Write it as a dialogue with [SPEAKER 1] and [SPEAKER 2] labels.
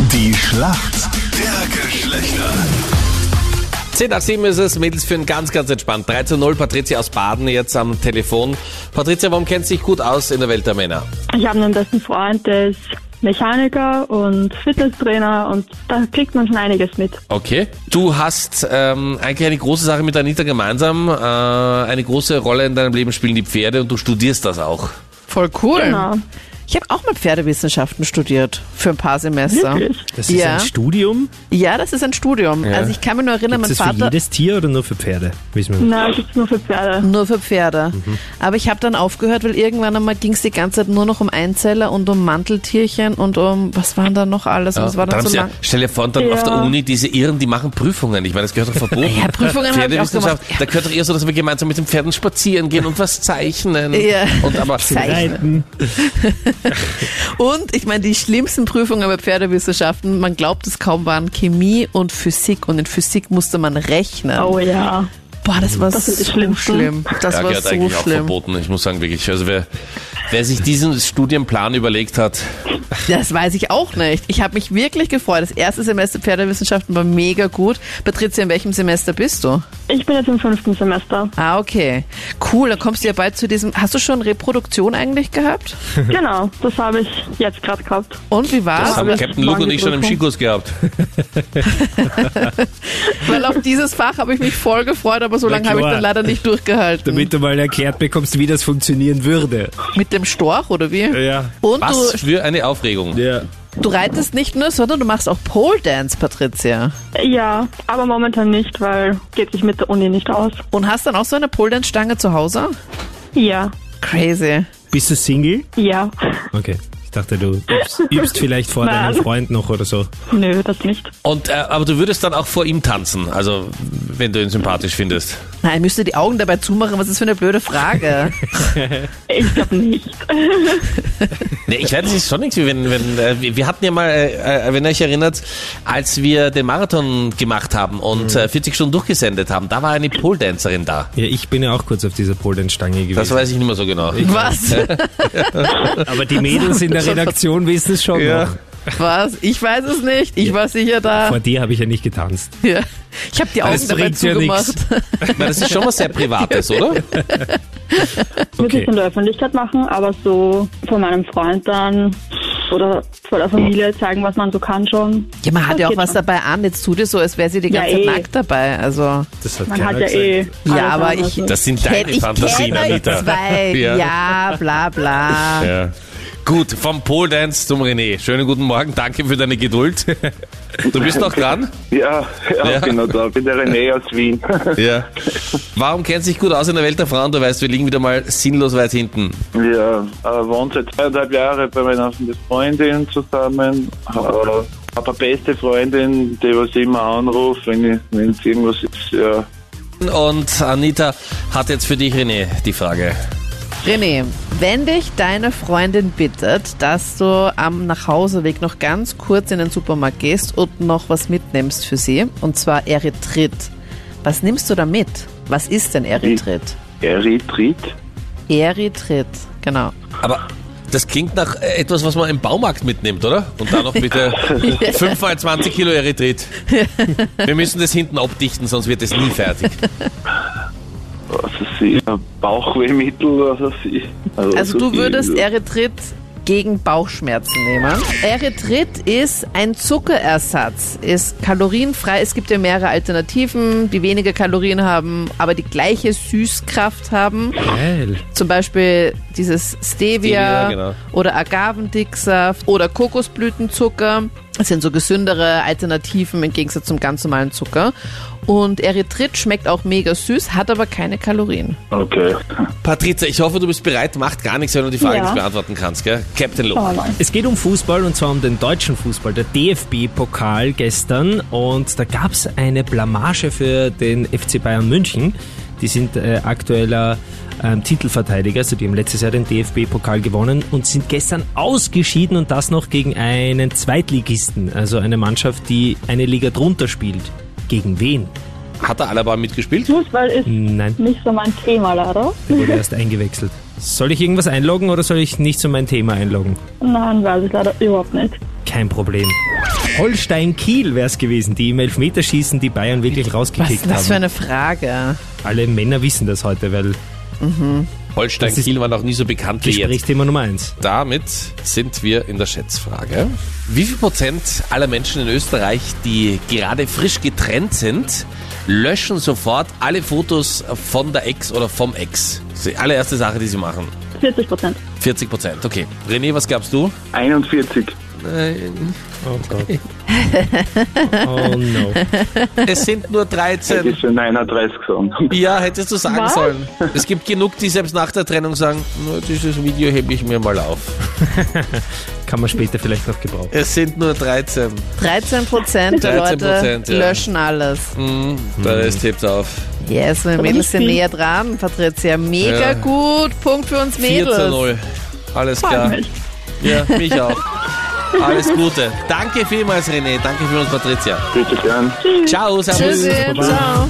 [SPEAKER 1] Die Schlacht der Geschlechter.
[SPEAKER 2] 10 nach 7 ist es, Mädels führen ganz, ganz entspannt. 3 zu 0, Patricia aus Baden jetzt am Telefon. Patricia, warum kennst du dich gut aus in der Welt der Männer?
[SPEAKER 3] Ich habe einen besten Freund, der ist Mechaniker und Fitnesstrainer und da kriegt man schon einiges mit.
[SPEAKER 2] Okay. Du hast ähm, eigentlich eine große Sache mit Anita gemeinsam. Äh, eine große Rolle in deinem Leben spielen die Pferde und du studierst das auch.
[SPEAKER 4] Voll cool.
[SPEAKER 5] Ähm,
[SPEAKER 3] Genau.
[SPEAKER 4] Ich habe auch mal Pferdewissenschaften studiert für ein paar Semester.
[SPEAKER 3] Wirklich?
[SPEAKER 5] Das ist
[SPEAKER 4] Ja.
[SPEAKER 5] ein Studium?
[SPEAKER 4] Ja, das ist ein Studium. Also ich kann mich nur erinnern,
[SPEAKER 5] Ist das
[SPEAKER 4] mein
[SPEAKER 5] für
[SPEAKER 4] Vater
[SPEAKER 5] jedes Tier oder nur für Pferde? Wissen wir nicht.
[SPEAKER 3] Na, gibt's nur für Pferde.
[SPEAKER 4] nur für Pferde.
[SPEAKER 2] Mhm.
[SPEAKER 4] Aber ich habe dann aufgehört, weil irgendwann einmal ging es die ganze Zeit nur noch um Einzeller und um Manteltierchen und um was waren da noch alles? Und es war
[SPEAKER 2] Dann
[SPEAKER 4] dann
[SPEAKER 2] haben
[SPEAKER 4] so
[SPEAKER 2] sie ja,
[SPEAKER 4] lang.
[SPEAKER 2] stell dir vor, und dann
[SPEAKER 3] Ja.
[SPEAKER 2] auf der Uni diese Irren, die machen Prüfungen. Ich meine, das gehört doch verboten.
[SPEAKER 4] Ja, Prüfungen hab ich auch
[SPEAKER 2] Pferdewissenschaft,
[SPEAKER 4] gemacht. Ja.
[SPEAKER 2] da gehört doch eher so, dass wir gemeinsam mit den Pferden spazieren gehen und was zeichnen.
[SPEAKER 4] Ja.
[SPEAKER 2] Und aber
[SPEAKER 4] Zeichnen.
[SPEAKER 5] Reiten.
[SPEAKER 4] Und ich meine, die schlimmsten Prüfungen bei Pferdewissenschaften, man glaubt es kaum, waren Chemie und Physik. Und in Physik musste man rechnen.
[SPEAKER 3] Oh ja.
[SPEAKER 4] Boah, das war
[SPEAKER 3] sind die
[SPEAKER 4] so
[SPEAKER 3] schlimmsten.
[SPEAKER 4] schlimm. Das
[SPEAKER 2] ja,
[SPEAKER 4] war
[SPEAKER 2] gehört
[SPEAKER 4] so
[SPEAKER 2] eigentlich auch
[SPEAKER 4] schlimm.
[SPEAKER 2] verboten. Ich muss sagen, wirklich. Also wer, wer sich diesen Studienplan überlegt hat,
[SPEAKER 4] Das weiß ich auch nicht. Ich habe mich wirklich gefreut. Das erste Semester Pferdewissenschaften war mega gut. Patricia, in welchem Semester bist du?
[SPEAKER 3] Ich bin jetzt im fünften Semester.
[SPEAKER 4] Ah, okay. Cool, dann kommst du ja bald zu diesem. Hast du schon Reproduktion eigentlich gehabt?
[SPEAKER 5] Mhm.
[SPEAKER 3] genau, das habe ich jetzt gerade gehabt.
[SPEAKER 4] Und wie war's?
[SPEAKER 2] haben
[SPEAKER 3] aber
[SPEAKER 2] Captain Luke und ich schon im Skikurs gehabt.
[SPEAKER 4] Weil auf dieses Fach habe ich mich voll gefreut, aber so
[SPEAKER 5] Na
[SPEAKER 4] lange habe ich
[SPEAKER 5] klar.
[SPEAKER 4] dann leider nicht durchgehalten.
[SPEAKER 5] Damit du mal erklärt bekommst, wie das funktionieren würde.
[SPEAKER 4] Mit dem Storch oder wie?
[SPEAKER 5] Ja.
[SPEAKER 4] Und
[SPEAKER 2] Was
[SPEAKER 4] du,
[SPEAKER 2] für eine Aufregung.
[SPEAKER 5] Ja.
[SPEAKER 4] du reitest nicht nur, sondern du machst auch Pole Dance, Patricia.
[SPEAKER 3] Ja, aber momentan nicht, weil geht sich mit der Uni nicht aus.
[SPEAKER 4] Und hast dann auch so eine Pole Dance Stange zu Hause?
[SPEAKER 3] Ja,
[SPEAKER 4] Crazy.
[SPEAKER 5] Bist du Single?
[SPEAKER 3] ja.
[SPEAKER 5] Okay. Ich dachte, du übst, übst vielleicht vor
[SPEAKER 3] Nein.
[SPEAKER 5] deinem Freund noch oder so.
[SPEAKER 3] Nö, das nicht.
[SPEAKER 2] Und, äh, aber du würdest dann auch vor ihm tanzen, also wenn du ihn sympathisch findest.
[SPEAKER 4] Nein, müsst ihr die Augen dabei zumachen? Was ist für eine blöde Frage?
[SPEAKER 3] Ich glaube nicht.
[SPEAKER 2] Nee, ich weiß, es ist schon irgendwie, wenn, wenn äh, wir wir hatten ja mal, äh, äh, wenn ihr euch erinnert, als wir den Marathon gemacht haben und äh, 40 Stunden durchgesendet haben, da war eine Pole-Dancerin da.
[SPEAKER 5] Ja, ich bin ja auch kurz auf dieser Polenstange gewesen.
[SPEAKER 2] Das weiß ich nicht mehr so genau.
[SPEAKER 4] Was?
[SPEAKER 5] Aber die Mädels in der Redaktion wissen es schon noch.
[SPEAKER 4] Was? Ich weiß es nicht. Ich war sicher da.
[SPEAKER 5] Vor dir habe ich ja nicht getanzt.
[SPEAKER 4] Ja. Ich habe die Augen
[SPEAKER 5] Das
[SPEAKER 4] dabei
[SPEAKER 5] bringt ja nix.
[SPEAKER 4] zugemacht.
[SPEAKER 2] Ich meine, das ist schon was sehr Privates, oder?
[SPEAKER 3] Würde ich
[SPEAKER 5] Okay.
[SPEAKER 3] in der Öffentlichkeit machen, aber so von meinem Freund dann oder vor der Familie zeigen, was man so kann schon.
[SPEAKER 4] Ja, man hat
[SPEAKER 3] Das
[SPEAKER 4] ja auch
[SPEAKER 3] geht
[SPEAKER 4] was
[SPEAKER 3] schon.
[SPEAKER 4] dabei an. Jetzt tut ihr so, als wäre sie die
[SPEAKER 3] Ja,
[SPEAKER 4] ganze Zeit
[SPEAKER 3] eh.
[SPEAKER 4] nackt dabei. Also,
[SPEAKER 5] Das hat
[SPEAKER 3] Man
[SPEAKER 5] keiner
[SPEAKER 3] hat ja
[SPEAKER 5] gesagt.
[SPEAKER 3] eh.
[SPEAKER 4] ja,
[SPEAKER 3] alles
[SPEAKER 4] aber
[SPEAKER 3] andere.
[SPEAKER 4] ich.
[SPEAKER 2] Das sind deine
[SPEAKER 4] ich
[SPEAKER 2] Fantasien,
[SPEAKER 4] kenn euch
[SPEAKER 2] Anita.
[SPEAKER 4] Zwei.
[SPEAKER 2] Ja.
[SPEAKER 4] Ja. bla, bla.
[SPEAKER 2] Ja. Gut, vom Pole Dance zum René. Schönen guten Morgen, danke für deine Geduld. Du bist noch dran?
[SPEAKER 6] Ja, ja,
[SPEAKER 2] Ja.
[SPEAKER 6] genau da. Ich bin der René aus Wien.
[SPEAKER 2] Ja. Warum kennst du dich gut aus in der Welt der Frauen? Du weißt, wir liegen wieder mal sinnlos weit hinten.
[SPEAKER 6] Wir äh, wohnen seit zweieinhalb Jahren bei meiner Freundin zusammen. Äh, habe eine beste Freundin, die was immer anruft, wenn ich- wenn es irgendwas ist. Ja.
[SPEAKER 2] Und Anita hat jetzt für dich, René, die Frage.
[SPEAKER 4] René, wenn dich deine Freundin bittet, dass du am Nachhauseweg noch ganz kurz in den Supermarkt gehst und noch was mitnimmst für sie, und zwar Erythrit. Was nimmst du da mit? Was ist
[SPEAKER 3] Hm.
[SPEAKER 4] denn Erythrit?
[SPEAKER 6] Eritrit?
[SPEAKER 4] Erythrit, genau.
[SPEAKER 2] Aber das klingt nach äh, etwas, was man im Baumarkt mitnimmt, oder? Und dann noch bitte 5 mal 20 Kilo Erythrit. Wir müssen das hinten abdichten, sonst wird es nie fertig.
[SPEAKER 6] Was ist sie? Ein Bauchwehmittel? Was ist sie?
[SPEAKER 4] Also
[SPEAKER 6] so
[SPEAKER 4] du
[SPEAKER 6] viel.
[SPEAKER 4] würdest Erythrit gegen Bauchschmerzen nehmen. Erythrit ist ein Zuckerersatz, ist kalorienfrei. Es gibt ja mehrere Alternativen, die weniger Kalorien haben, aber die gleiche Süßkraft haben.
[SPEAKER 5] Geil.
[SPEAKER 4] Zum Beispiel dieses Stevia,
[SPEAKER 2] Stevia, genau.
[SPEAKER 4] oder Agavendicksaft oder Kokosblütenzucker. Das sind so gesündere Alternativen im Gegensatz zum ganz normalen Zucker. Und Erythrit schmeckt auch mega süß, hat aber keine Kalorien.
[SPEAKER 6] Okay.
[SPEAKER 2] Patrizia, ich hoffe, du bist bereit. Macht gar nichts, wenn du die Frage
[SPEAKER 3] Ja.
[SPEAKER 2] nicht beantworten kannst, gell? Captain Luke.
[SPEAKER 3] Schauen wir mal.
[SPEAKER 5] Es geht um Fußball und zwar um den deutschen Fußball, der DFB-Pokal gestern. Und da gab es eine Blamage für den FC Bayern München. Die sind äh, aktueller ähm, Titelverteidiger, also die haben letztes Jahr den DFB-Pokal gewonnen und sind gestern ausgeschieden und das noch gegen einen Zweitligisten, also eine Mannschaft, die eine Liga drunter spielt. Gegen wen?
[SPEAKER 2] Hat der Alaba mitgespielt?
[SPEAKER 3] Fußball ist
[SPEAKER 5] Nein,
[SPEAKER 3] nicht so mein Thema leider.
[SPEAKER 5] der wurde erst eingewechselt. Soll ich irgendwas einloggen oder soll ich nicht so mein Thema einloggen?
[SPEAKER 3] Nein, weiß ich leider überhaupt nicht.
[SPEAKER 5] Kein Problem. Holstein-Kiel wäre es gewesen, die im Elfmeterschießen die Bayern wirklich
[SPEAKER 4] Was ist
[SPEAKER 5] rausgekickt
[SPEAKER 4] das für
[SPEAKER 5] haben.
[SPEAKER 4] eine Frage?
[SPEAKER 5] Alle Männer wissen das heute, weil
[SPEAKER 2] Holstein
[SPEAKER 5] Das ist-
[SPEAKER 2] Kiel war noch nie so bekannt wie jetzt.
[SPEAKER 5] Gesprächsthema Nummer eins.
[SPEAKER 2] Damit sind wir in der Schätzfrage. Wie viel Prozent aller Menschen in Österreich, die gerade frisch getrennt sind, löschen sofort alle Fotos von der Ex oder vom Ex? Das ist die allererste Sache, die sie machen.
[SPEAKER 3] 40 Prozent.
[SPEAKER 2] 40 Prozent, okay. René, was glaubst du?
[SPEAKER 6] 41.
[SPEAKER 5] Oh Gott. Oh no.
[SPEAKER 2] Es sind nur 13.
[SPEAKER 6] Ich bin 39 sagen.
[SPEAKER 2] Ja, hättest du sagen
[SPEAKER 3] Was?
[SPEAKER 2] sollen. Es gibt genug, die selbst nach der Trennung sagen, "Na, dieses Video hebe ich mir mal auf.
[SPEAKER 5] Kann man später vielleicht noch gebrauchen.
[SPEAKER 2] Es sind nur 13.
[SPEAKER 4] 13 Prozent der
[SPEAKER 2] 13%,
[SPEAKER 4] Leute
[SPEAKER 2] ja.
[SPEAKER 4] löschen alles.
[SPEAKER 2] Hm,
[SPEAKER 5] Mhm.
[SPEAKER 2] der Rest hebt auf.
[SPEAKER 4] Yes, wir Mädels sind
[SPEAKER 3] richtig.
[SPEAKER 4] näher dran. Patricia, mega
[SPEAKER 2] Ja.
[SPEAKER 4] gut. Punkt für uns
[SPEAKER 2] 4
[SPEAKER 4] Mädels.
[SPEAKER 2] zu 0. Alles
[SPEAKER 3] Freut
[SPEAKER 2] klar.
[SPEAKER 3] mich.
[SPEAKER 2] Ja, mich auch. Alles Gute. Danke vielmals, René. Danke für uns, Patricia.
[SPEAKER 6] Bitte gern.
[SPEAKER 2] Ciao, servus.
[SPEAKER 4] Tschüssi. Ciao.